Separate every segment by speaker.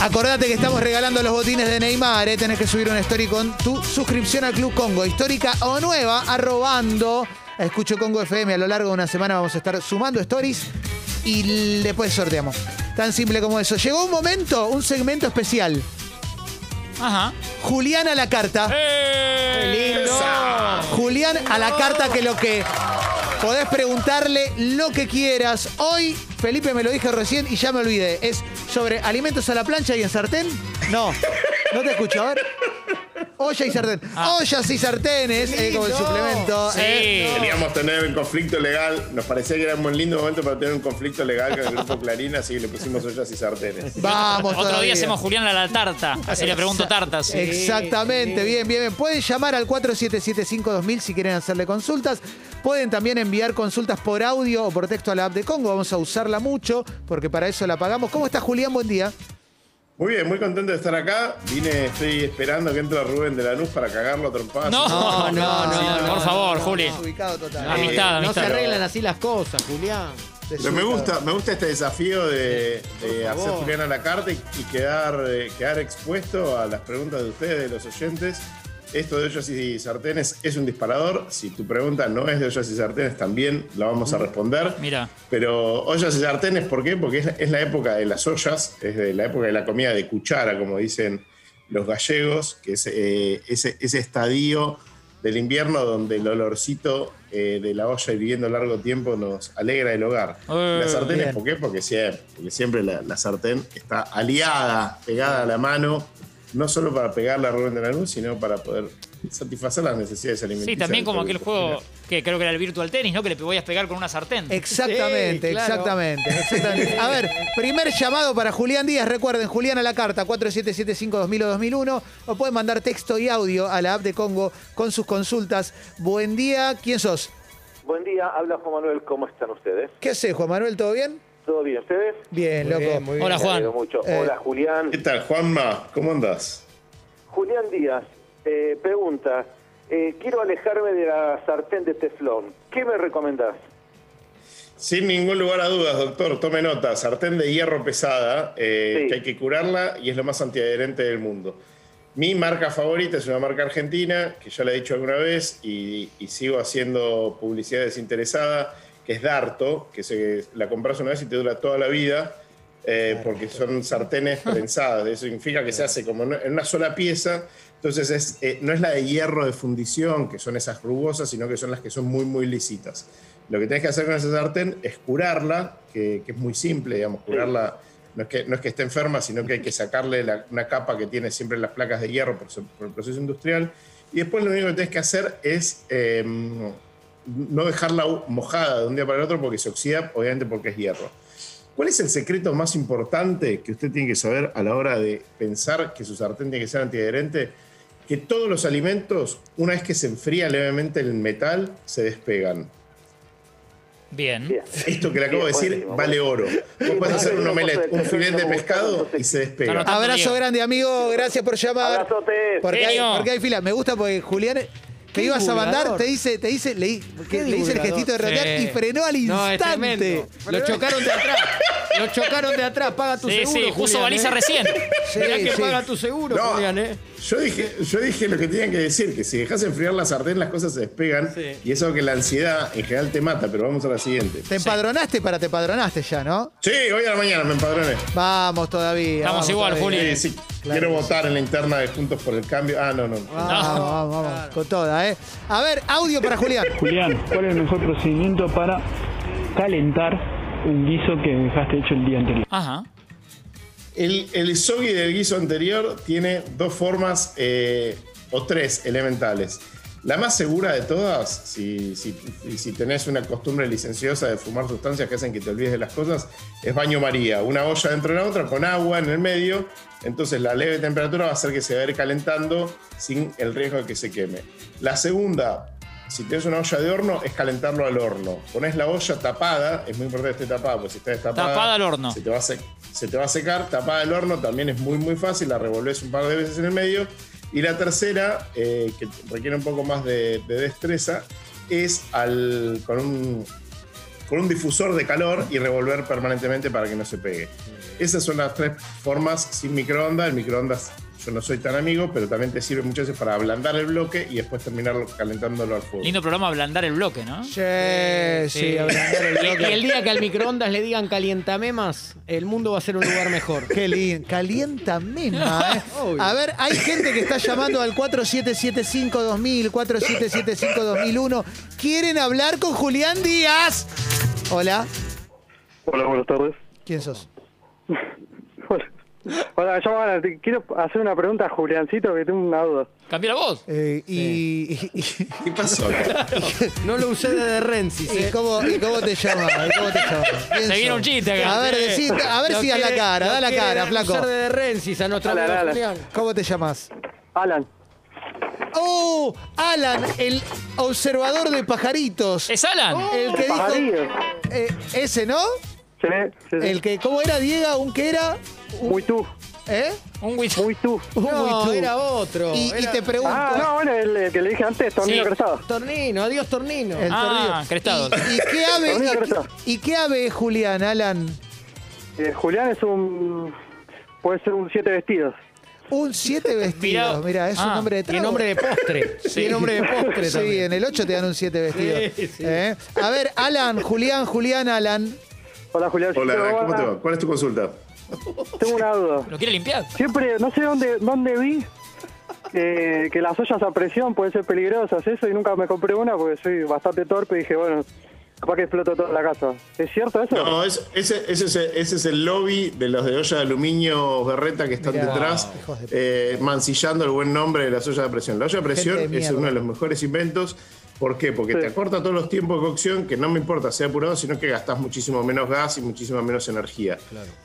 Speaker 1: Acordate que estamos regalando los botines de Neymar. ¿eh? Tenés que subir una story con tu suscripción al Club Congo, histórica o nueva, arrobando. a Escucho Congo FM. A lo largo de una semana vamos a estar sumando stories y después sorteamos. Tan simple como eso. Llegó un momento, un segmento especial.
Speaker 2: Ajá.
Speaker 1: Julián a la carta.
Speaker 2: ¡Eh!
Speaker 1: Julián a la carta que lo que podés preguntarle lo que quieras. Hoy Felipe me lo dijo recién y ya me olvidé. ¿Es sobre alimentos a la plancha y en sartén? No, no te escucho. A ver. Olla y sartén.
Speaker 2: Ah.
Speaker 1: Ollas y sartenes, eh, como el suplemento. eh.
Speaker 2: Sí.
Speaker 3: Queríamos tener un conflicto legal. Nos parecía que era un lindo momento para tener un conflicto legal con el grupo Clarín, así que le pusimos ollas y sartenes.
Speaker 1: Vamos
Speaker 2: Otro
Speaker 1: todavía.
Speaker 2: día hacemos Julián a la tarta. Así le pregunto tartas.
Speaker 1: Exactamente, bien, bien, bien. Pueden llamar al 4775-2000 si quieren hacerle consultas. Pueden también enviar consultas por audio o por texto a la app de Congo. Vamos a usarla mucho porque para eso la pagamos. ¿Cómo está Julián? Buen día.
Speaker 3: Muy bien, muy contento de estar acá. Vine, estoy esperando que entre Rubén de la Lanús para cagarlo a trompadas. Eh,
Speaker 2: No, no, no,
Speaker 1: no,
Speaker 2: por
Speaker 1: no,
Speaker 2: favor, Juli.
Speaker 1: Desubicado total.
Speaker 2: No. Amistad,
Speaker 4: No se
Speaker 2: amistad.
Speaker 4: arreglan así las cosas, Julián.
Speaker 3: Pero me gusta, me gusta este desafío de, de hacer
Speaker 4: favor.
Speaker 3: Julián a la carta y, y quedar, eh, quedar expuesto a las preguntas de ustedes, de los oyentes. Esto de ollas y sartenes es un disparador. Si tu pregunta no es de ollas y sartenes, también la vamos a responder.
Speaker 2: Mira.
Speaker 3: Pero ollas y sartenes, ¿por qué? Porque es, es la época de las ollas, es de la época de la comida de cuchara, como dicen los gallegos, que es eh, ese, ese estadio del invierno donde el olorcito eh, de la olla hirviendo largo tiempo nos alegra el hogar.
Speaker 2: Eh,
Speaker 3: las sartenes,
Speaker 1: bien.
Speaker 3: ¿por qué? Porque siempre, porque siempre la, la sartén está aliada, pegada a la mano, no solo para pegarla a Rubén de la Luz, sino para poder satisfacer las necesidades alimenticias.
Speaker 2: Sí, también
Speaker 3: del
Speaker 2: como aquel
Speaker 3: pueblo.
Speaker 2: juego que creo que era el Virtual Tennis, ¿no? Que le podías pegar con una sartén.
Speaker 1: Exactamente,
Speaker 4: Sí, claro.
Speaker 1: exactamente, exactamente. A ver, primer llamado para Julián Díaz. Recuerden, Julián a la carta 4775-2000 o 2001. O pueden mandar texto y audio a la app de Congo con sus consultas. Buen día, ¿quién sos?
Speaker 5: Buen día, habla Juan Manuel, ¿cómo están ustedes?
Speaker 1: ¿Qué haces, Juan Manuel? ¿Todo bien?
Speaker 5: ¿Todo bien ustedes?
Speaker 1: Bien,
Speaker 4: Muy
Speaker 1: loco.
Speaker 4: bien, muy bien.
Speaker 2: Hola,
Speaker 5: Me
Speaker 2: Juan.
Speaker 5: alegro mucho.
Speaker 1: Eh.
Speaker 5: Hola Julián.
Speaker 3: ¿Qué tal, Juanma? ¿Cómo andás?
Speaker 5: Julián Díaz, eh, pregunta, eh, quiero alejarme de la sartén de teflón. ¿Qué me recomendás?
Speaker 3: Sin ningún lugar a dudas, doctor, tome nota. Sartén de hierro pesada, eh,
Speaker 5: Sí.
Speaker 3: que hay que curarla y es lo más antiadherente del mundo. Mi marca favorita es una marca argentina, que ya la he dicho alguna vez y, y sigo haciendo publicidad desinteresada, que es Darto, que se, la compras una vez y te dura toda la vida, eh, porque son sartenes prensadas. Eso significa que se hace como en en una sola pieza. Entonces es, eh, no es la de hierro de fundición, que son esas rugosas, sino que son las que son muy, muy lisitas. Lo que tenés que hacer con esa sartén es curarla, que, que es muy simple, digamos, curarla. No es, que, no es que esté enferma, sino que hay que sacarle la- una capa que tiene siempre las placas de hierro por, su- por el proceso industrial. Y después lo único que tenés que hacer es eh, no dejarla u- mojada de un día para el otro porque se oxida, obviamente porque es hierro. ¿Cuál es el secreto más importante que usted tiene que saber a la hora de pensar que su sartén tiene que ser antiadherente? Que todos los alimentos, una vez que se enfría levemente el metal, se despegan.
Speaker 2: Bien.
Speaker 5: Bien.
Speaker 3: Esto que le acabo de
Speaker 5: Bien,
Speaker 3: decir
Speaker 5: buenísimo,
Speaker 3: vale oro. Vos podés hacer un
Speaker 5: Una cosa
Speaker 3: omelette,
Speaker 5: de
Speaker 3: un
Speaker 5: teflón
Speaker 3: filete
Speaker 5: no
Speaker 3: de
Speaker 5: me gusta,
Speaker 3: pescado
Speaker 5: entonces-
Speaker 3: y se
Speaker 2: No,
Speaker 3: despega.
Speaker 2: no, Tanto
Speaker 1: Abrazo
Speaker 2: lío.
Speaker 1: grande, amigo. Gracias por llamar.
Speaker 5: Abrazote.
Speaker 1: Porque hay,
Speaker 2: Genio.
Speaker 1: porque hay fila. Me gusta porque Julián, que
Speaker 4: Qué
Speaker 1: ibas a mandar,
Speaker 4: divulgador.
Speaker 1: te dice, te dice, le, que
Speaker 4: Qué
Speaker 1: le hice el
Speaker 4: divulgador.
Speaker 1: gestito de rotear
Speaker 2: Sí.
Speaker 1: y frenó al
Speaker 4: No, es
Speaker 1: instante.
Speaker 4: tremendo. Lo chocaron de atrás. Lo chocaron de atrás. Paga tu
Speaker 2: Sí,
Speaker 4: seguro.
Speaker 2: sí, puso
Speaker 4: Julián,
Speaker 2: baliza
Speaker 4: ¿eh?
Speaker 2: recién.
Speaker 1: Sí,
Speaker 4: Mirá que
Speaker 1: sí.
Speaker 4: paga tu seguro,
Speaker 3: No,
Speaker 4: Julián, ¿eh?
Speaker 3: yo, dije, yo dije lo que tenían que decir, que si dejas enfriar la sartén las cosas se despegan
Speaker 4: Sí.
Speaker 3: y eso que la ansiedad en general te mata, pero vamos a la siguiente.
Speaker 1: Te empadronaste para te empadronaste ya, ¿no?
Speaker 3: Sí, hoy a la mañana me empadroné. Eh,
Speaker 1: Vamos todavía.
Speaker 2: Estamos
Speaker 1: vamos
Speaker 2: igual,
Speaker 1: todavía.
Speaker 2: Juli.
Speaker 3: Sí, sí, quiero votar en la interna de Juntos por el Cambio. Ah, no, no.
Speaker 1: Vamos, vamos, vamos, con toda, ¿eh? A ver, audio para Julián.
Speaker 6: Julián, ¿cuál es el mejor procedimiento para calentar un guiso que dejaste hecho el día anterior?
Speaker 2: Ajá.
Speaker 3: El, el sogui del guiso anterior tiene dos formas eh, o tres elementales. La más segura de todas, si, si- si tenés una costumbre licenciosa de fumar sustancias que hacen que te olvides de las cosas, es baño María. Una olla dentro de la otra con agua en el medio. Entonces la leve temperatura va a hacer que se va a ir calentando sin el riesgo de que se queme. La segunda, si tenés una olla de horno, es calentarlo al horno. Ponés la olla tapada, es muy importante que esté tapada, porque si está destapada.
Speaker 2: Tapada al horno.
Speaker 3: Se te, va a sec- se te va a secar, tapada el horno, también es muy muy fácil, la revolvés un par de veces en el medio. Y la tercera, eh, que requiere un poco más de, de destreza, es al, con, un, con un difusor de calor y revolver permanentemente para que no se pegue. Esas son las tres formas sin microondas. El microondas yo no soy tan amigo, pero también te sirve muchas veces para ablandar el bloque y después terminarlo calentándolo al fuego.
Speaker 2: Lindo programa ablandar el bloque, ¿no?
Speaker 1: Sí, sí, ablandar el
Speaker 4: Y
Speaker 1: bloque.
Speaker 4: el día que al microondas le digan calientame más, el mundo va a ser un lugar mejor.
Speaker 1: Qué lindo. Calienta misma, ¿eh?
Speaker 4: Obvio.
Speaker 1: A ver, hay gente que está llamando al 4775-2000, 4775-2001. Quieren hablar con Julián Díaz. Hola.
Speaker 7: Hola, buenas tardes.
Speaker 1: ¿Quién sos?
Speaker 7: Hola, Hola, yo bueno, te quiero hacer una pregunta a Juliancito que tengo una duda.
Speaker 2: Cambia la voz.
Speaker 1: Eh, y, y- y-
Speaker 3: ¿Qué pasó?
Speaker 4: No lo usé de ¿eh? Renzi.
Speaker 1: y cómo, y cómo te llamas? ¿Y cómo te llamas? ¿Quién
Speaker 2: Se viene
Speaker 1: sos?
Speaker 2: un chiste acá.
Speaker 1: A ver, decí- a ver si das la cara, da la cara, flaco.
Speaker 4: Usar de Renzi a nuestro
Speaker 7: Dale,
Speaker 4: amigo
Speaker 7: dale.
Speaker 4: Julián.
Speaker 1: ¿Cómo te llamas?
Speaker 7: Alan,
Speaker 1: ¡Oh! Alan, el observador de pajaritos.
Speaker 2: ¿Es Alan?
Speaker 1: El que dijo.
Speaker 7: pajarillos.
Speaker 1: Eh, ese, ¿no?
Speaker 7: Sí, sí, sí.
Speaker 1: El que, ¿cómo era, Diego? ¿Un que era? Un-
Speaker 7: Muy tú,
Speaker 1: ¿Eh?
Speaker 2: Un whisky.
Speaker 7: muy tú.
Speaker 1: Un
Speaker 4: No,
Speaker 1: buitú.
Speaker 4: era otro.
Speaker 1: Y, y
Speaker 4: era
Speaker 1: te pregunto.
Speaker 7: Ah, no, bueno, el, el que le dije antes, Tornillo
Speaker 2: Sí.
Speaker 7: Crestado.
Speaker 4: Tornino, adiós Tornino.
Speaker 1: El
Speaker 2: Ah,
Speaker 1: corrido.
Speaker 2: Crestado.
Speaker 1: ¿Y, y qué ave,
Speaker 7: Tornillo
Speaker 1: y-
Speaker 7: crestado.
Speaker 1: y, qué ave es Julián, Alan?
Speaker 7: Eh, Julián es un... puede ser un siete vestidos.
Speaker 1: Un siete vestido.
Speaker 2: Mirá.
Speaker 1: Mira, es un
Speaker 2: Ah,
Speaker 1: nombre de trago.
Speaker 4: Tiene nombre de postre. Tiene nombre de postre
Speaker 1: Sí,
Speaker 4: también.
Speaker 1: en el 8 te dan un 7 vestido.
Speaker 4: Sí, sí.
Speaker 1: ¿Eh? A ver, Alan, Julián, Julián, Alan.
Speaker 7: Hola, Juliancito.
Speaker 3: Hola, ¿cómo te
Speaker 7: hola.
Speaker 3: va? ¿Cuál es tu consulta?
Speaker 7: Tengo una duda.
Speaker 2: ¿Lo quiere limpiar?
Speaker 7: Siempre, no sé dónde, dónde vi eh, que las ollas a presión pueden ser peligrosas, eso, y nunca me compré una porque soy bastante torpe y dije, bueno, capaz que exploto toda la casa. ¿Es cierto eso?
Speaker 3: No, es- ese, ese es el, ese es el lobby de los de olla de aluminio berreta que están
Speaker 1: Mirá,
Speaker 3: detrás,
Speaker 1: hijos de puta.
Speaker 3: eh, mancillando el buen nombre de las ollas de presión. La olla de presión
Speaker 1: Gente de
Speaker 3: es
Speaker 1: mierda.
Speaker 3: uno de los mejores inventos. ¿Por qué? Porque
Speaker 7: Sí.
Speaker 3: te acorta todos los tiempos de cocción, que no me importa sea apurado, sino que gastás muchísimo menos gas y muchísima menos energía.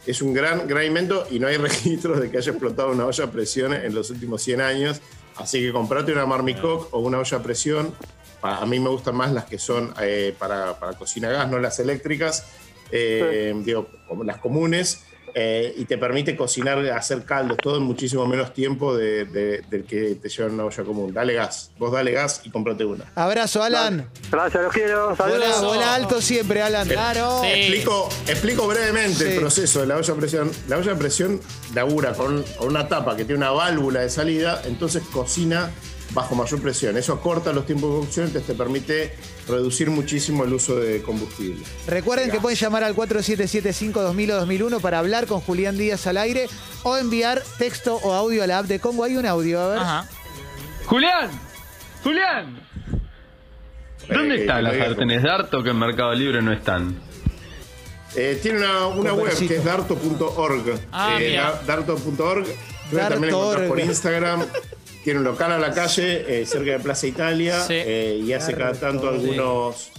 Speaker 3: Es un gran, gran invento y no hay registros de que haya explotado una olla a presión en los últimos 100 años. Así que comprate una Marmicoc o una olla a presión. Pa- A mí me gustan más las que son eh, para, para cocina a gas, no las eléctricas, eh, digo, como las comunes, eh, y te permite cocinar, hacer caldos, todo en muchísimo menos tiempo de- de- del que te lleva una olla común. Dale gas, vos dale gas y comprate una.
Speaker 1: Abrazo, Alan.
Speaker 7: Gracias, los quiero.
Speaker 1: Vuela,
Speaker 7: Saludos.
Speaker 1: vuela alto siempre, Alan.
Speaker 4: Claro.
Speaker 2: Sí.
Speaker 3: Explico, explico brevemente
Speaker 1: Sí.
Speaker 3: el proceso de la olla a presión. La olla a presión labura con, con una tapa que tiene una válvula de salida, entonces cocina bajo mayor presión. Eso acorta los tiempos de cocción, entonces te permite reducir muchísimo el uso de combustible.
Speaker 1: Recuerden que pueden llamar al 4775-2000 o 2001 para hablar con Julián Díaz al aire o enviar texto o audio a la app de Congo. Hay un audio, a ver.
Speaker 2: Ajá.
Speaker 8: Julián, Julián, ¿dónde
Speaker 3: Eh,
Speaker 8: están
Speaker 3: que
Speaker 8: las
Speaker 3: lo diga
Speaker 8: sartenes de harto que en Mercado Libre no están?
Speaker 3: Eh, tiene una, una web
Speaker 1: Comparcito.
Speaker 3: que es darto.org.
Speaker 2: Ah,
Speaker 3: Eh,
Speaker 2: mira.
Speaker 3: da- darto.org. Creo que También la encontrás por
Speaker 1: Dartorg.
Speaker 3: Instagram. Tiene un local a la calle, eh, cerca de Plaza Italia.
Speaker 2: Sí.
Speaker 3: eh, y hace cada tanto algunos.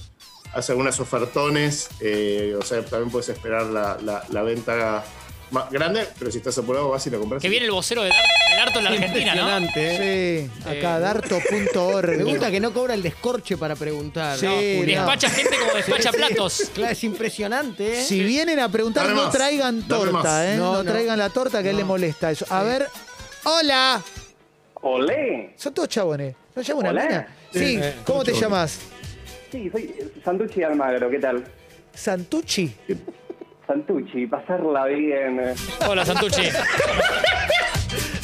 Speaker 3: Hace algunas ofertones. eh, o sea, también puedes esperar la, la- la venta más grande, pero si estás apurado, vas y la compras.
Speaker 2: Que viene el vocero de Dar- del harto en la Argentina, ¿no?
Speaker 4: Impresionante, ¿eh?
Speaker 1: Sí, acá, darto.org.
Speaker 4: Me gusta que no cobra el descorche para preguntar.
Speaker 1: Sí,
Speaker 4: No, Julián.
Speaker 1: no.
Speaker 2: Despacha gente como despacha platos.
Speaker 4: Claro, es impresionante, ¿eh?
Speaker 1: Si vienen a preguntar,
Speaker 3: Dame
Speaker 1: no
Speaker 3: más,
Speaker 1: traigan
Speaker 3: dame más.
Speaker 1: torta, ¿eh? No,
Speaker 4: No, no.
Speaker 1: traigan la torta que a él le molesta eso. A ver, hola.
Speaker 5: Olé.
Speaker 1: Son todos chabones. ¿No llama una
Speaker 5: Hola.
Speaker 1: mina? Sí,
Speaker 4: eh,
Speaker 1: ¿cómo te llamas?
Speaker 5: Sí, soy Santucci Almagro, ¿qué tal?
Speaker 1: Santucci.
Speaker 5: Santucci, pasarla bien.
Speaker 2: Hola, Santucci.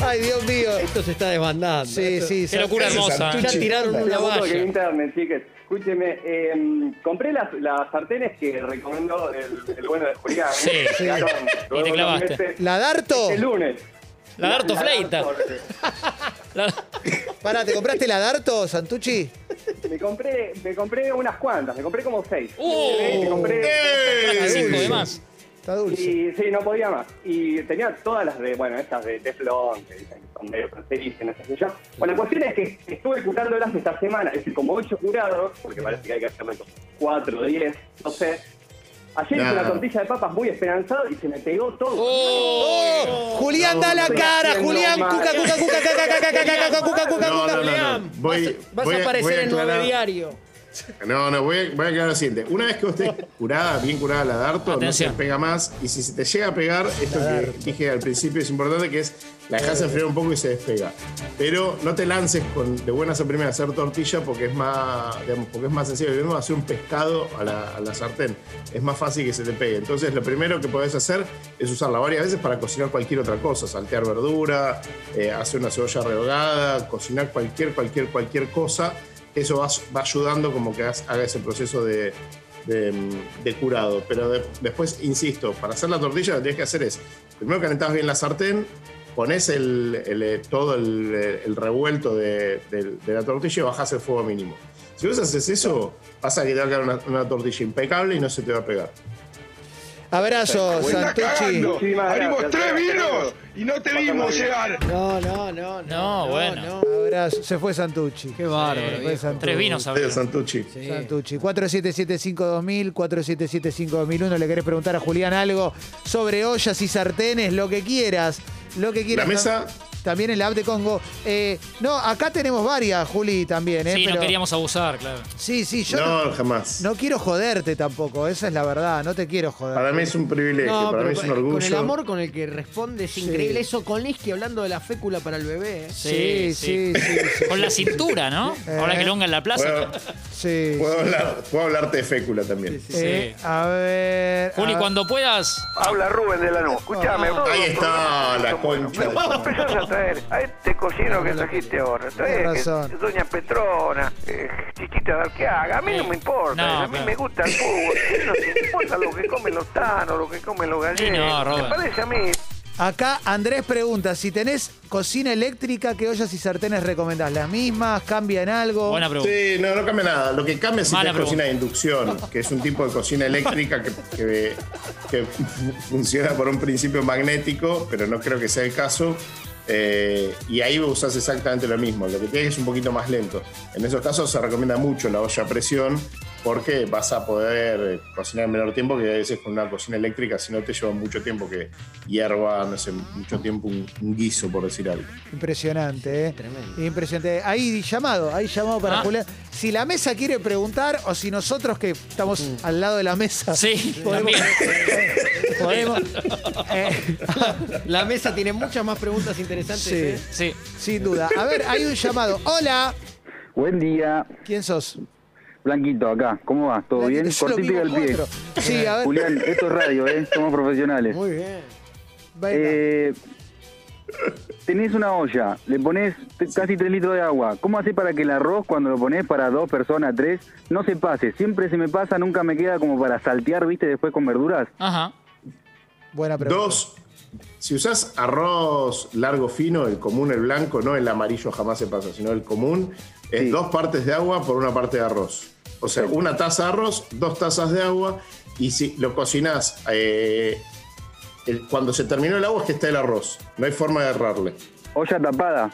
Speaker 1: Ay, Dios mío.
Speaker 4: Esto se está desbandando.
Speaker 1: Sí,
Speaker 4: Esto-
Speaker 1: sí,
Speaker 2: Qué locura
Speaker 1: Santucci.
Speaker 2: hermosa.
Speaker 4: Ya tiraron una
Speaker 5: Una foto que
Speaker 4: valla.
Speaker 5: internet, chicas. Escúcheme, eh, compré las, las sartenes que recomendó el, el bueno de Julián.
Speaker 2: Sí.
Speaker 1: Sí.
Speaker 5: Llegaron
Speaker 2: Y te
Speaker 5: luego
Speaker 2: clavaste.
Speaker 5: dos meses.
Speaker 1: La Darto.
Speaker 5: Este lunes.
Speaker 2: La Darto Fleita.
Speaker 5: Darto.
Speaker 2: La-
Speaker 1: Pará, ¿te compraste la Darto, Santucci?
Speaker 5: Me compré, me compré unas cuantas, me compré como seis.
Speaker 2: ¡Uh!
Speaker 5: Me compré-
Speaker 2: Cinco de más.
Speaker 1: Está dulce.
Speaker 5: Y sí, no podía más. Y tenía todas las de, bueno, estas de Teflon, que dicen que son de cancerígenas, no sé qué yo. Bueno, la cuestión es que estuve curándolas esta semana, es decir, como ocho curados, porque parece que hay que hacerme como cuatro, diez, no sé. Ayer hice
Speaker 3: Nah.
Speaker 5: una tortilla de papas muy esperanzado y se me pegó todo.
Speaker 1: ¡Oh! Julián, da la
Speaker 5: estoy
Speaker 1: cara,
Speaker 5: haciendo
Speaker 1: Julián.
Speaker 5: mal.
Speaker 1: Cuca, cuca, cuca, caca, caca, caca, caca, caca, cuca, cuca,
Speaker 3: No,
Speaker 1: cuca.
Speaker 3: no, no, no. Voy,
Speaker 4: Vas
Speaker 3: voy
Speaker 4: a aparecer
Speaker 3: voy
Speaker 4: en Nueve
Speaker 3: aclarar-
Speaker 4: Diario.
Speaker 3: No, no, voy a, voy a quedar lo siguiente. Una vez que usted es curada, bien curada la darto,
Speaker 2: Atención.
Speaker 3: no se pega más. Y si se te llega a pegar, esto que dije al principio es importante, que es la dejas enfriar un poco y se despega. Pero no te lances con, de buenas a primeras a hacer tortilla porque es más, digamos, porque es más sencillo. Lo mismo hacer un pescado a la, a la sartén. Es más fácil que se te pegue. Entonces, lo primero que podés hacer es usarla varias veces para cocinar cualquier otra cosa. Saltear verdura, eh, hacer una cebolla rehogada, cocinar cualquier, cualquier, cualquier cosa eso va, va ayudando como que hagas- haga ese proceso de, de, mm, de curado. Pero de- después, insisto, para hacer la tortilla lo que tienes que hacer es, primero calentás bien la sartén, pones el, el, eh, todo el, eh, el revuelto de, del- de la tortilla y bajás el fuego mínimo. Si vos haces eso, vas a quedar una, una tortilla impecable y no se te va a pegar.
Speaker 1: Abrazo,
Speaker 9: Está
Speaker 1: Santucci.
Speaker 9: cagando.
Speaker 5: Muchísimas
Speaker 9: Abrimos
Speaker 5: gracias,
Speaker 9: tres
Speaker 5: gracias.
Speaker 9: vinos y no te vimos llegar.
Speaker 4: No, no, no. No,
Speaker 2: No, bueno.
Speaker 1: Abrazo. Se fue Santucci.
Speaker 4: Qué bárbaro.
Speaker 2: Sí,
Speaker 1: Fue
Speaker 4: viejo.
Speaker 1: Santucci.
Speaker 2: Tres vinos a
Speaker 3: Adiós, Santucci.
Speaker 4: Sí.
Speaker 1: Santucci. 4775-2000, 4775-2001. Le querés preguntar a Julián algo sobre ollas y sartenes, lo que quieras. Lo que quieras.
Speaker 3: La mesa-
Speaker 1: También en la app de Congo. Eh, no, acá tenemos varias, Juli, también. ¿eh?
Speaker 2: Sí, no
Speaker 1: Pero-
Speaker 2: queríamos abusar, claro.
Speaker 1: Sí, sí, yo no,
Speaker 3: No, jamás.
Speaker 1: no quiero joderte tampoco. Esa es la verdad. No te quiero joder.
Speaker 3: Para mí es un privilegio,
Speaker 4: No,
Speaker 3: para mí
Speaker 4: pero
Speaker 3: es un
Speaker 4: con-
Speaker 3: orgullo.
Speaker 4: con el amor con el que responde es increíble. Eso con Liski hablando de la fécula para el bebé. ¿eh?
Speaker 1: Sí, sí, sí. sí,
Speaker 2: Con la cintura, ¿no? Ahora que longa en la plaza.
Speaker 3: Puedo,
Speaker 1: sí.
Speaker 3: puedo hablar- puedo hablarte de fécula también.
Speaker 1: Eh, a ver.
Speaker 2: Juli,
Speaker 1: a-
Speaker 2: cuando puedas.
Speaker 9: Habla Rubén de la nube. Escuchame,
Speaker 3: Ah, Ahí está la concha. de
Speaker 9: Vamos a empezar a traer a este cocino que trajiste ahora. Trae
Speaker 1: Tenés razón.
Speaker 9: que- Doña Petrona, eh, Chiquita de Arqueaga. A mí no me importa.
Speaker 2: No,
Speaker 9: a mí
Speaker 2: claro.
Speaker 9: me gusta el fútbol. A mí No me importa lo que comen los tanos, lo que comen los gallegos.
Speaker 2: Sí, no, Robert.
Speaker 9: Me parece a mí.
Speaker 1: Acá Andrés pregunta: si tenés cocina eléctrica, ¿qué ollas y sartenes recomendás? ¿Las mismas? ¿Cambian algo?
Speaker 2: Buena pregunta.
Speaker 3: Sí, no, no cambia nada. Lo que cambia es si
Speaker 2: Mala
Speaker 3: tenés
Speaker 2: pregunta.
Speaker 3: cocina de inducción, que es un tipo de cocina eléctrica que, que- que funciona por un principio magnético, pero no creo que sea el caso. Eh, y ahí usás exactamente lo mismo. Lo que tienes es un poquito más lento. En esos casos se recomienda mucho la olla a presión porque vas a poder eh, cocinar en menor tiempo que a veces con una cocina eléctrica, si no te lleva mucho tiempo que hierva, no sé, mucho tiempo un- un guiso, por decir algo.
Speaker 1: Impresionante, ¿eh? Impresionante. Ahí llamado, ahí llamado para
Speaker 2: Ah.
Speaker 1: Julián. Si la mesa quiere preguntar o si nosotros que estamos
Speaker 4: Mm.
Speaker 1: al lado de la mesa.
Speaker 2: Sí,
Speaker 1: podemos.
Speaker 2: también.
Speaker 1: podemos- eh,
Speaker 4: La mesa tiene muchas más preguntas interesantes.
Speaker 1: Sí.
Speaker 4: ¿eh?
Speaker 2: Sí.
Speaker 1: sin duda. A ver, hay un llamado. Hola,
Speaker 10: Buen día,
Speaker 1: ¿quién sos?
Speaker 10: Blanquito, acá. ¿Cómo vas? ¿Todo bien?
Speaker 1: Yo lo
Speaker 10: Cortito y
Speaker 1: vivo
Speaker 10: al pie.
Speaker 1: cuatro. Sí, a ver.
Speaker 10: Julián, esto es radio, ¿eh? Somos profesionales.
Speaker 4: Muy bien.
Speaker 1: venga.
Speaker 10: Eh, tenés una olla, le pones t- casi 3 litros de agua. ¿Cómo haces para que el arroz, cuando lo pones para dos personas, tres, no se pase? Siempre se me pasa, nunca me queda como para saltear, ¿viste? Después con verduras.
Speaker 2: Ajá.
Speaker 1: Buena pregunta.
Speaker 3: Dos, si usás arroz largo fino, el común, el blanco, no el amarillo jamás se pasa, sino el común, es
Speaker 10: Sí.
Speaker 3: dos partes de agua por una parte de arroz. O sea, una taza de arroz, dos tazas de agua, y si lo cocinás, eh, el- cuando se terminó el agua es que está el arroz. No hay forma de errarle.
Speaker 10: Olla tapada.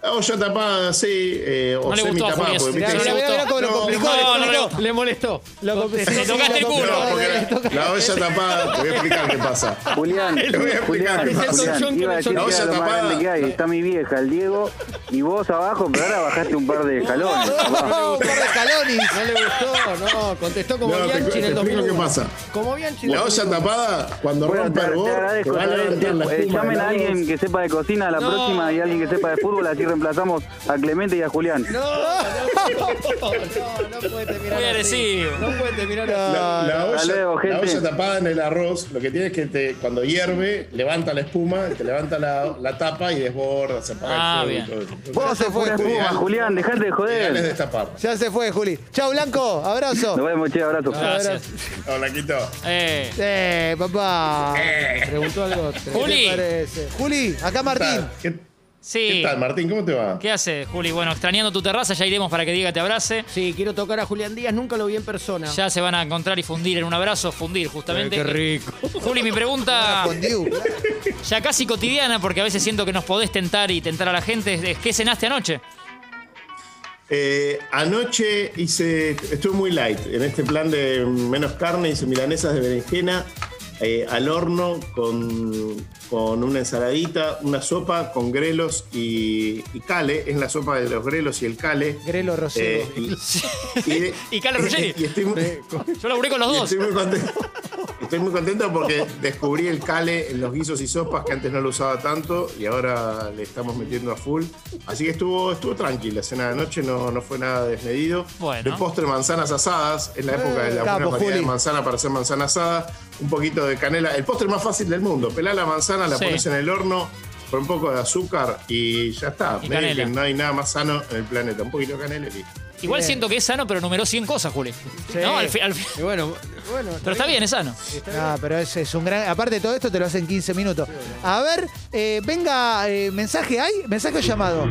Speaker 3: La Olla tapada, sí, eh, o
Speaker 2: No le
Speaker 3: semi
Speaker 2: gustó a Juli
Speaker 3: tapada, porque
Speaker 2: eso.
Speaker 1: Mirá,
Speaker 3: viste
Speaker 2: No
Speaker 1: mirá,
Speaker 2: le
Speaker 3: que-
Speaker 1: mirá, mirá
Speaker 2: gustó.
Speaker 1: cómo lo
Speaker 3: No,
Speaker 1: complicó. le
Speaker 2: no, no le
Speaker 1: complicó.
Speaker 2: gustó.
Speaker 4: Le molestó.
Speaker 1: Lo complicó.
Speaker 2: Te tocaste el culo.
Speaker 3: No, porque
Speaker 1: Le
Speaker 3: la,
Speaker 1: tocaste-
Speaker 3: la olla tapada, te voy a explicar qué pasa.
Speaker 10: Julián,
Speaker 3: Te voy a explicar
Speaker 10: Julián,
Speaker 3: qué pasa.
Speaker 10: Julián, iba a decir
Speaker 3: La
Speaker 10: que
Speaker 3: olla
Speaker 10: era lo más
Speaker 3: tapada.
Speaker 10: grande que hay. Está mi vieja, el Diego, y vos abajo, pero ahora bajaste un par de escalones. papá.
Speaker 1: Oh, un par de escalones.
Speaker 4: No le gustó, no. Contestó como
Speaker 3: No, te-
Speaker 4: Bianchi
Speaker 3: te
Speaker 4: en el
Speaker 3: explico
Speaker 4: 2001.
Speaker 3: qué pasa.
Speaker 4: Como Bianchi en el
Speaker 3: La olla
Speaker 4: 2001.
Speaker 3: tapada, cuando
Speaker 10: Bueno, te,
Speaker 3: rompa el
Speaker 10: te
Speaker 3: bol, te
Speaker 10: agradezco.
Speaker 3: van a levantar la
Speaker 10: Eh,
Speaker 3: espuma.
Speaker 10: llamen a
Speaker 3: ¿no?
Speaker 10: alguien que sepa de cocina a la
Speaker 4: No.
Speaker 10: próxima y a alguien que sepa de fútbol, así reemplazamos a Clemente y a Julián.
Speaker 4: No, no, no puede terminar
Speaker 2: Muy
Speaker 4: así.
Speaker 2: agresivo.
Speaker 4: No puede terminar
Speaker 3: La,
Speaker 4: así.
Speaker 3: la olla,
Speaker 10: Hasta luego,
Speaker 3: la
Speaker 10: gente.
Speaker 3: olla tapada en el arroz, lo que tiene es que te, cuando hierve, levanta la espuma, te levanta la, la tapa y desborda, se apaga
Speaker 2: Ah,
Speaker 3: el fuego
Speaker 2: bien.
Speaker 3: y todo eso.
Speaker 1: Vos se fue.
Speaker 10: Una espuma,
Speaker 3: Julián.
Speaker 10: Julián, dejate de
Speaker 3: Ideal es
Speaker 10: joder.
Speaker 3: destapar.
Speaker 1: Ya se fue, Juli. Chao, Blanco. Abrazo.
Speaker 10: Nos vemos, che, abrazo.
Speaker 2: Gracias.
Speaker 3: Hola, Quito.
Speaker 2: Eh,
Speaker 1: Eh, papá.
Speaker 3: Eh.
Speaker 1: Preguntó algo.
Speaker 2: Juli.
Speaker 1: ¿Qué te parece? Juli, acá
Speaker 3: ¿Qué
Speaker 1: Martín.
Speaker 3: tal? ¿Qué, qué
Speaker 2: sí.
Speaker 3: tal, Martín? ¿Cómo te va?
Speaker 2: ¿Qué hace, Juli? Bueno, extrañando tu terraza, ya iremos para que diga te abrace.
Speaker 4: Sí, quiero tocar a Julián Díaz, nunca lo vi en persona.
Speaker 2: Ya se van a encontrar y fundir en un abrazo, fundir justamente.
Speaker 4: Qué rico.
Speaker 2: Juli, mi pregunta
Speaker 1: Con Diu.
Speaker 2: ya casi cotidiana, porque a veces siento que nos podés tentar y tentar a la gente, es ¿qué cenaste anoche?
Speaker 3: Eh, anoche hice, estuve muy light en este plan de menos carne, hice milanesas de berenjena eh, al horno con, con una ensaladita, una sopa con grelos y, y cale. Es la sopa de los grelos y el cale.
Speaker 1: Grelo Rosero.
Speaker 3: Eh, y, y-
Speaker 2: Y Carlos Ruggeri.
Speaker 3: y estoy, muy-
Speaker 2: Yo laburé con los
Speaker 3: y
Speaker 2: dos.
Speaker 3: estoy muy contento. Estoy muy contento porque descubrí el cale en los guisos y sopas que antes no lo usaba tanto y ahora le estamos metiendo a full. Así que estuvo, estuvo tranquila. La cena de anoche no, no fue nada desmedido.
Speaker 2: Bueno.
Speaker 3: De postre, manzanas asadas. Es la época de la buena
Speaker 1: capo,
Speaker 3: variedad de
Speaker 1: Juli.
Speaker 3: manzana para hacer manzana asada. Un poquito de canela. El postre más fácil del mundo. Pelá la manzana, la
Speaker 2: Sí.
Speaker 3: pones en el horno con un poco de azúcar y ya está.
Speaker 2: Y
Speaker 3: Medio que
Speaker 2: canela.
Speaker 3: no hay nada más sano en el planeta. Un poquito de canela y listo.
Speaker 2: Igual
Speaker 1: Bien.
Speaker 2: siento que es sano, pero numeró 100 cosas, Juli.
Speaker 1: Sí.
Speaker 2: No, al fi- al fi-
Speaker 4: Y bueno, bueno.
Speaker 2: Pero está bien, es sano.
Speaker 1: Ah, pero ese es un gran. Aparte de todo esto, te lo hacen 15 minutos. A ver, eh, venga, eh, mensaje hay, mensaje o llamado.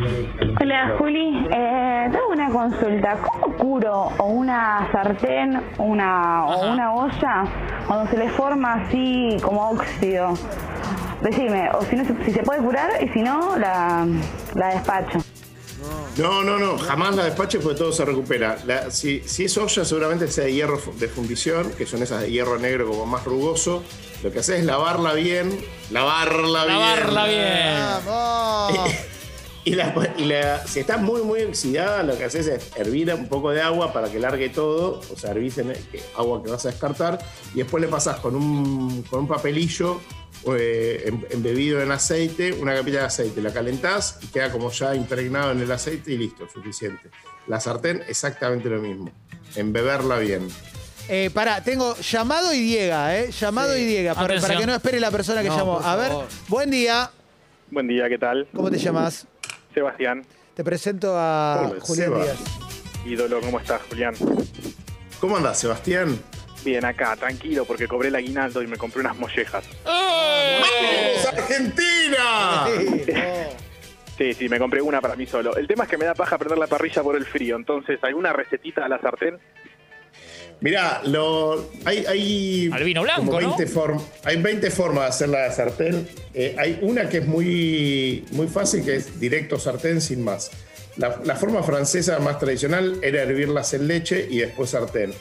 Speaker 11: Hola Juli, eh, tengo una consulta. ¿Cómo curo o una sartén una,
Speaker 2: Ajá.
Speaker 11: o una olla cuando se le forma así como óxido? Decime, o si, no, se- si se puede curar y si no, la, la despacho.
Speaker 3: No, no, no, jamás la despache porque todo se recupera. La- si, si es olla, seguramente sea de hierro fu- de fundición, que son esas de hierro negro como más rugoso. Lo que haces es lavarla bien, lavarla bien.
Speaker 2: Lavarla bien.
Speaker 1: Vamos.
Speaker 3: Y, la, y la- si está muy, muy oxidada, lo que haces es hervir un poco de agua para que largue todo, o sea, hervís en el- que- agua que vas a descartar, y después le pasás con un, con un papelillo eh, em- embebido en aceite, una capita de aceite, la calentás y queda como ya impregnado en el aceite y listo, suficiente. La sartén, exactamente lo mismo, embeberla bien.
Speaker 1: Eh, pará, tengo llamado y Diega, ¿eh? Llamado y Diega, para,
Speaker 2: Atención.
Speaker 1: para que no espere la persona que
Speaker 4: No,
Speaker 1: llamó.
Speaker 4: por
Speaker 1: A ver,
Speaker 4: favor.
Speaker 1: buen día,
Speaker 9: Buen día, ¿qué tal?
Speaker 1: ¿cómo te llamas?
Speaker 9: Sebastián,
Speaker 1: Te presento a
Speaker 3: Hola,
Speaker 1: Julián
Speaker 3: Seba.
Speaker 1: Díaz.
Speaker 9: ídolo, ¿cómo estás, Julián?
Speaker 3: ¿Cómo andás, Sebastián?
Speaker 9: Bien, acá, tranquilo, porque cobré el aguinaldo y me compré unas mollejas.
Speaker 3: ¡Vamos, Argentina!
Speaker 9: Sí, sí, me compré una para mí solo. El tema es que me da paja perder la parrilla por el frío, entonces, ¿alguna recetita a la sartén?
Speaker 3: Mirá, lo, hay, hay
Speaker 2: Al vino blanco,
Speaker 3: como
Speaker 2: ¿no?
Speaker 3: 20 form- hay 20 formas de hacer la sartén. Eh, hay una que es muy, muy fácil, que es directo sartén sin más. La, la forma francesa más tradicional era hervirlas en leche y después sartén.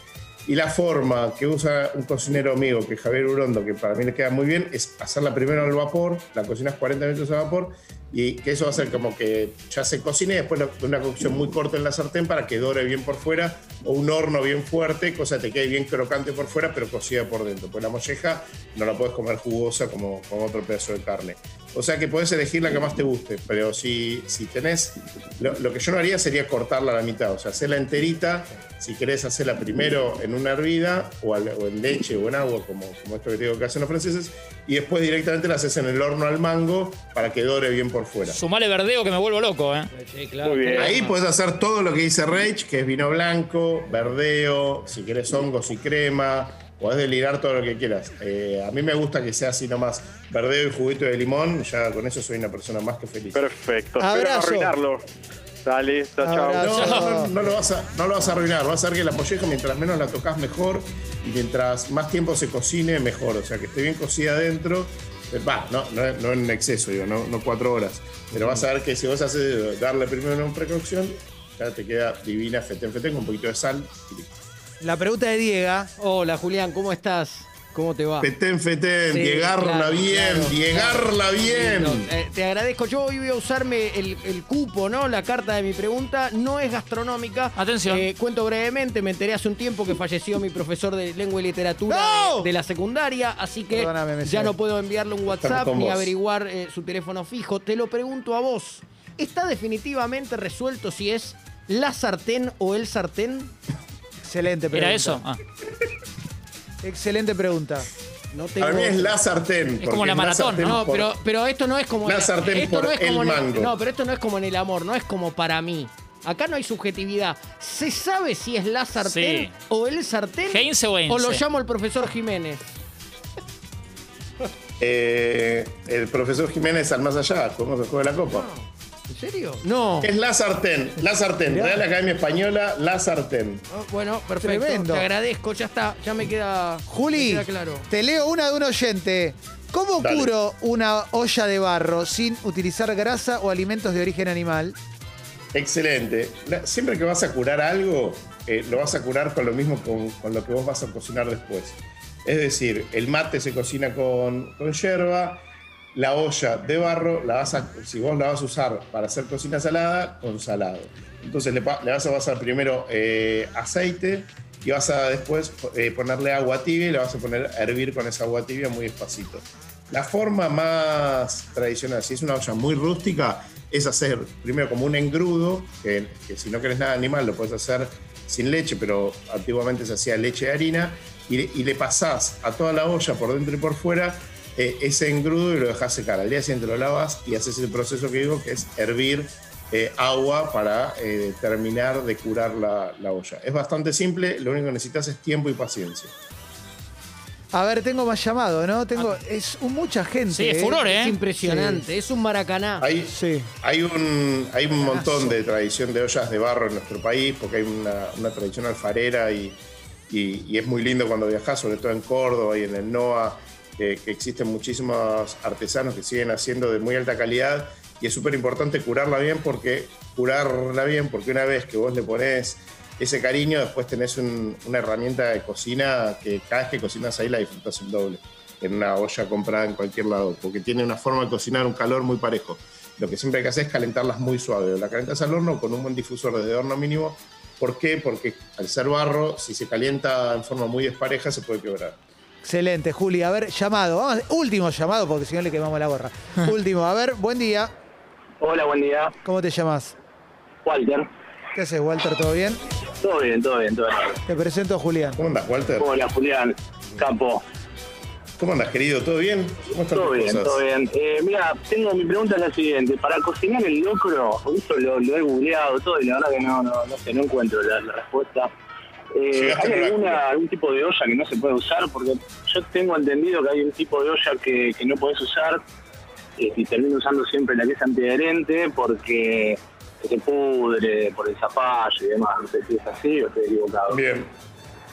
Speaker 3: Y la forma que usa un cocinero amigo, que es Javier Urondo, que para mí le queda muy bien, es hacerla primero al vapor, la cocinas 40 minutos al vapor, y que eso va a hacer como que ya se cocine, y después lo- una cocción muy corta en la sartén para que dore bien por fuera, o un horno bien fuerte, cosa que te quede bien crocante por fuera, pero cocida por dentro. Pues la molleja no la puedes comer jugosa como, como otro pedazo de carne. O sea que puedes elegir la que más te guste, pero si, si tenés. Lo, lo que yo no haría sería cortarla a la mitad, o sea, hacerla enterita. Si querés hacerla primero en una hervida o, al- o en leche o en agua, como, como esto que te digo que hacen los franceses, y después directamente la haces en el horno al mango para que dore bien por fuera.
Speaker 2: Sumale verdeo que me vuelvo loco, ¿eh?
Speaker 9: Muy bien.
Speaker 3: Ahí puedes hacer todo lo que dice Rage, que es vino blanco, verdeo, si querés hongos y crema, podés delirar todo lo que quieras. Eh, a mí me gusta que sea así nomás, verdeo y juguito de limón, ya con eso soy una persona más que feliz.
Speaker 9: Perfecto, espero no
Speaker 1: Abrazo.
Speaker 9: arruinarlo. Dale, chao, chao.
Speaker 1: Abrazo.
Speaker 3: No, no, no lo vas a, no lo vas a arruinar, vas a hacer que la molleja mientras menos la tocas mejor y mientras más tiempo se cocine mejor, o sea que esté bien cocida adentro, Eh, va, no, no, no en exceso, digo, no, no cuatro horas, pero vas a ver que si vas a hacer, darle primero una precaución, ya te queda divina fetén fetén con un poquito de sal. y listo.
Speaker 1: La pregunta de Diega.
Speaker 4: Hola, Julián, ¿cómo estás? ¿Cómo te va?
Speaker 3: Fetén fetén,
Speaker 4: Ah. Sí,
Speaker 3: llegarla
Speaker 4: claro,
Speaker 3: bien,
Speaker 4: claro,
Speaker 3: llegarla
Speaker 4: claro.
Speaker 3: bien.
Speaker 4: Lindo. Eh, te agradezco. Yo hoy voy a usarme el, el cupo, ¿no? La carta de mi pregunta. No es gastronómica.
Speaker 2: Atención.
Speaker 4: Eh, cuento brevemente. Me enteré hace un tiempo que falleció mi profesor de lengua y literatura
Speaker 1: ¡No!
Speaker 4: de, de la secundaria. Así que
Speaker 1: Perdóname, me
Speaker 4: ya
Speaker 1: sé.
Speaker 4: no puedo enviarle un WhatsApp
Speaker 3: con
Speaker 4: ni
Speaker 3: vos.
Speaker 4: averiguar eh, su teléfono fijo. Te lo pregunto a vos. ¿Está definitivamente resuelto si es la sartén o el sartén?
Speaker 1: Excelente pregunta.
Speaker 2: ¿Era eso? Ah,
Speaker 1: Excelente pregunta.
Speaker 4: No tengo...
Speaker 3: Para mí es la sartén. porque
Speaker 2: como la maratón,
Speaker 3: sartén
Speaker 4: No,
Speaker 3: por-
Speaker 4: pero, pero esto no es como.
Speaker 3: La
Speaker 4: en-
Speaker 3: sartén
Speaker 4: esto
Speaker 3: por
Speaker 4: no es como
Speaker 3: el
Speaker 4: en
Speaker 3: mango.
Speaker 4: no, pero esto no es como en el amor, no es como para mí. Acá no hay subjetividad. ¿Se sabe si es la sartén
Speaker 2: Sí.
Speaker 4: o el sartén?
Speaker 2: Heinze o Heinze.
Speaker 4: o lo llamo el profesor Jiménez.
Speaker 3: Eh, el profesor Jiménez al más allá, ¿cómo se juega la copa?
Speaker 4: ¿En serio? No.
Speaker 3: Es la sartén, la sartén, Real Academia Española, la sartén.
Speaker 4: Oh, Bueno, perfecto.
Speaker 1: Tremendo.
Speaker 4: Te agradezco, ya está, ya me queda.
Speaker 1: Juli,
Speaker 4: me queda claro.
Speaker 1: te leo una de un oyente. ¿Cómo
Speaker 3: Dale.
Speaker 1: curo una olla de barro sin utilizar grasa o alimentos de origen animal?
Speaker 3: Excelente. La- siempre que vas a curar algo, eh, lo vas a curar con lo mismo con, con lo que vos vas a cocinar después. Es decir, el mate se cocina con, con yerba, la olla de barro, la vas a- si vos la vas a usar para hacer cocina salada, con salado. Entonces le, pa- le vas a pasar primero eh, aceite y vas a después eh, ponerle agua tibia y la vas a poner a hervir con esa agua tibia muy despacito. La forma más tradicional, si es una olla muy rústica, es hacer primero como un engrudo, que, que si no querés nada de animal lo puedes hacer sin leche, pero antiguamente se hacía leche de harina, y, le- y le pasás a toda la olla por dentro y por fuera eh, ese engrudo y lo dejás secar. Al día siguiente lo lavas y haces el proceso que digo, que es hervir eh, agua para eh, terminar de curar la, la olla. Es bastante simple, lo único que necesitas es tiempo y paciencia.
Speaker 1: A ver, tengo más llamado, ¿no? Tengo. Es un- mucha gente. ¿eh?
Speaker 4: Ah. Es impresionante, es un maracaná.
Speaker 3: Hay, hay un, hay un montón de tradición de ollas de barro en nuestro país, porque hay una, una tradición alfarera y, y- y es muy lindo cuando viajas, sobre todo en Córdoba y en el NOA, eh, que existen muchísimos artesanos que siguen haciendo de muy alta calidad y es súper importante curarla bien porque curarla bien porque una vez que vos le pones ese cariño, después tenés un- una herramienta de cocina que cada vez que cocinas ahí la disfrutas el doble en una olla comprada en cualquier lado, porque tiene una forma de cocinar un calor muy parejo. Lo que siempre hay que hacer es calentarlas muy suave. La calentas al horno con un buen difusor de horno mínimo. ¿Por qué? Porque al ser barro, si se calienta en forma muy despareja, se puede quebrar.
Speaker 1: Excelente, Juli. A ver, llamado. Vamos, último llamado, porque si no le quemamos la gorra. último, a ver, buen día.
Speaker 12: Hola, buen día.
Speaker 1: ¿Cómo te llamas?
Speaker 12: Walter.
Speaker 1: ¿Qué haces, Walter? ¿Todo bien?
Speaker 12: Todo bien, todo bien, todo bien.
Speaker 1: Te presento a Julián.
Speaker 3: ¿Cómo andas, Walter?
Speaker 12: Hola, Julián. Campo.
Speaker 3: ¿Cómo andas, querido? ¿Todo bien? ¿Cómo están
Speaker 12: Todo
Speaker 3: tus
Speaker 12: bien,
Speaker 3: cosas?
Speaker 12: todo bien. Eh, mira, tengo mi pregunta es la siguiente. Para cocinar el locro, eso lo, lo he googleado todo y la verdad que no, no, no sé, no encuentro la, la respuesta. Eh,
Speaker 3: Llegaste
Speaker 12: ¿Hay
Speaker 3: al oráculo.
Speaker 12: alguna, algún tipo de olla que no se puede usar? Porque yo tengo entendido que hay un tipo de olla que, que no podés usar eh, y termino usando siempre la que es antiadherente porque se pudre por el zapallo y demás. No sé si es así o estoy equivocado.
Speaker 3: Bien.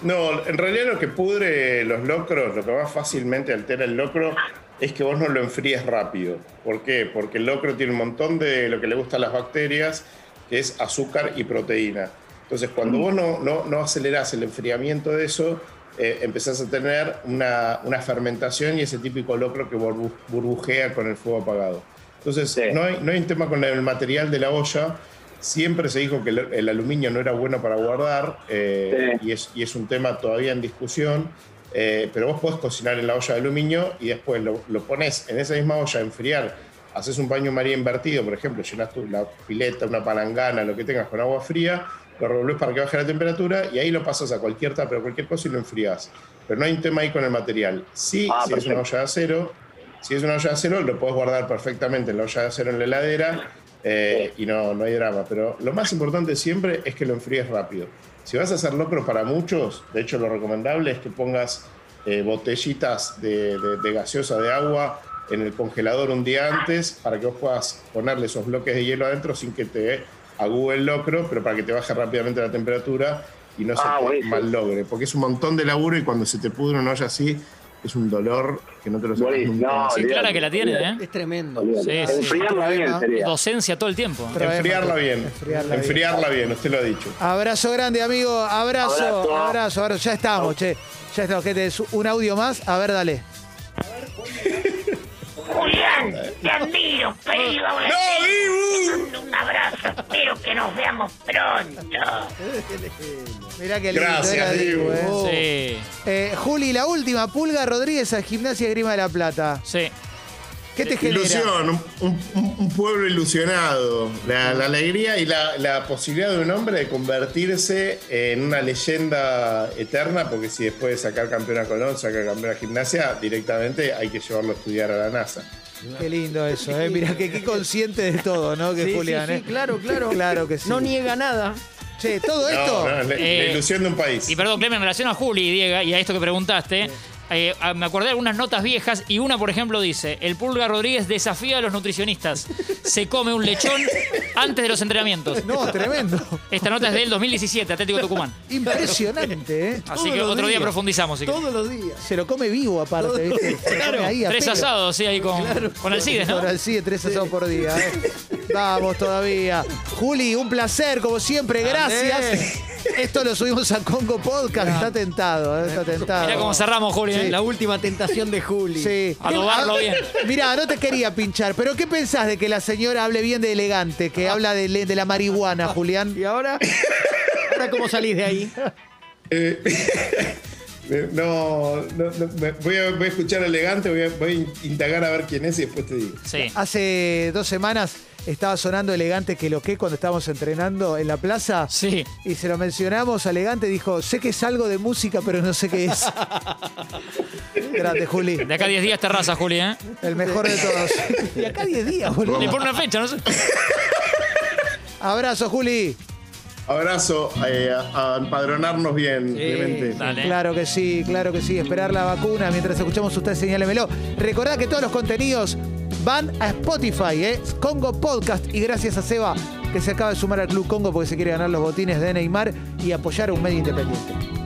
Speaker 3: No, en realidad lo que pudre los locros, lo que más fácilmente altera el locro, es que vos no lo enfríes rápido. ¿Por qué? Porque el locro tiene un montón de lo que le gusta a las bacterias, que es azúcar y proteína. Entonces, cuando vos no, no, no acelerás el enfriamiento de eso, eh, empezás a tener una, una fermentación y ese típico locro que burbu- burbujea con el fuego apagado. Entonces, no, hay, no hay un tema con el material de la olla. Siempre se dijo que el, el aluminio no era bueno para guardar eh, y, es, y es un tema todavía en discusión. eh, pero vos podés cocinar en la olla de aluminio y después lo, lo pones en esa misma olla a enfriar. Haces un baño maría invertido, por ejemplo, llenas tu, la pileta, una palangana, lo que tengas con agua fría, lo revolvés para que baje la temperatura y ahí lo pasas a cualquier tapa, cualquier cosa y lo enfrías. Pero no hay un tema ahí con el material. Sí,
Speaker 12: Ah,
Speaker 3: si es una
Speaker 12: perfecto.
Speaker 3: olla de acero, si es una olla de acero, lo puedes guardar perfectamente en la olla de acero en la heladera eh, y no, no hay drama. Pero lo más importante siempre es que lo enfríes rápido. Si vas a hacer locro para muchos, de hecho lo recomendable es que pongas eh, botellitas de, de- de gaseosa de agua en el congelador un día antes para que vos puedas ponerle esos bloques de hielo adentro sin que te agúe el locro, pero para que te baje rápidamente la temperatura y no
Speaker 12: Ah,
Speaker 3: se te
Speaker 12: buenísimo.
Speaker 3: mal logre. Porque es un montón de laburo y cuando se te pudre una olla así, es un dolor que no te lo sacas
Speaker 12: Buenísimo,
Speaker 3: nunca.
Speaker 12: no,
Speaker 2: Sí, clara que la tiene, ¿eh?
Speaker 4: Es tremendo.
Speaker 2: Sí, sí.
Speaker 12: Enfriarla bien sería.
Speaker 2: Docencia todo el tiempo.
Speaker 1: Trae,
Speaker 3: Enfriarla
Speaker 1: Marco.
Speaker 3: bien.
Speaker 1: Enfriarla bien.
Speaker 3: Enfriarla bien, usted lo ha dicho.
Speaker 1: Abrazo grande, amigo. Abrazo, abrazo,
Speaker 3: Abrazo.
Speaker 1: abrazo. Ya estamos, che. Ya estamos, gente. Es Un audio más. A ver, dale.
Speaker 13: Julián, te admiro, pedido. Un abrazo, espero que nos veamos pronto.
Speaker 1: Mirá que
Speaker 13: Gracias, Dibu.
Speaker 1: lindo era Dibu,
Speaker 2: eh.
Speaker 1: Eh, Juli, la última. Pulga Rodríguez a Gimnasia Grima de la Plata.
Speaker 2: Sí.
Speaker 1: ¿Qué te genera?
Speaker 3: Ilusión, un, un- un pueblo ilusionado. La, la alegría y la, la posibilidad de un hombre de convertirse en una leyenda eterna, porque si después de sacar campeón a Colón, saca campeón a Gimnasia, directamente hay que llevarlo a estudiar a la NASA.
Speaker 1: Qué lindo eso, ¿eh? Mirá que qué consciente de todo, ¿no? Que
Speaker 4: Sí, sí,
Speaker 1: Julián,
Speaker 4: sí,
Speaker 1: ¿eh?
Speaker 4: claro, claro.
Speaker 1: Claro que sí.
Speaker 4: No niega nada.
Speaker 1: Che, todo esto. eh,
Speaker 3: no, la- la ilusión de un país.
Speaker 2: Y perdón, Clemen, en relación a Juli y Diego y a esto que preguntaste, eh, a- me acordé de algunas notas viejas y una, por ejemplo, dice: El Pulga Rodríguez desafía a los nutricionistas. Se come un lechón antes de los entrenamientos.
Speaker 1: No, tremendo.
Speaker 2: Esta nota es del 2017, Atlético Tucumán.
Speaker 1: Impresionante, ¿eh? Todos
Speaker 2: Así que
Speaker 1: los
Speaker 2: otro día
Speaker 1: días.
Speaker 2: profundizamos. si querés.
Speaker 4: Todos los días.
Speaker 1: Se lo come vivo, aparte, ¿viste? Se lo come ahí a
Speaker 2: Tres
Speaker 1: pelo.
Speaker 2: asados, sí, ahí con, con Alcides, ¿no?
Speaker 1: Por Alcides, tres asados por día. ¿eh? Vamos todavía. Juli, un placer, como siempre, gracias. Esto lo subimos a Congo Podcast. Está tentado, eh, está tentado.
Speaker 2: Mirá cómo cerramos, Juli, eh.
Speaker 4: La última tentación de Juli.
Speaker 1: Sí.
Speaker 2: Adobarlo bien.
Speaker 1: Mira, no te quería pinchar, pero ¿qué pensás de que la señora hable bien de elegante,
Speaker 2: Ah.
Speaker 1: que habla de, le- de la marihuana, Julián?
Speaker 4: ¿Y ahora? ¿Ahora cómo salís de ahí?
Speaker 3: Eh, no, no, no, me- voy, a, voy a escuchar elegante, voy a, voy a in- indagar a ver quién es y después te digo.
Speaker 2: Sí.
Speaker 1: Hace dos semanas estaba sonando elegante que lo que cuando estábamos entrenando en la plaza.
Speaker 2: Sí.
Speaker 1: Y se lo mencionamos a elegante. Dijo, sé que es algo de música, pero no sé qué es. Grande, Juli.
Speaker 2: De acá a 10 días terraza, Juli, ¿eh?
Speaker 1: El mejor de todos. y acá 10 días, boludo.
Speaker 2: Le pone una fecha, no sé.
Speaker 1: Abrazo, Juli.
Speaker 3: Abrazo eh, a, a empadronarnos bien, Clemente.
Speaker 1: Claro que sí, claro que sí. Esperar la vacuna mientras escuchamos usted señálemelo. Recordad que todos los contenidos van a Spotify, ¿eh? Congo Podcast. Y gracias a Seba que se acaba de sumar al Club Congo porque se quiere ganar los botines de Neymar y apoyar a un medio independiente.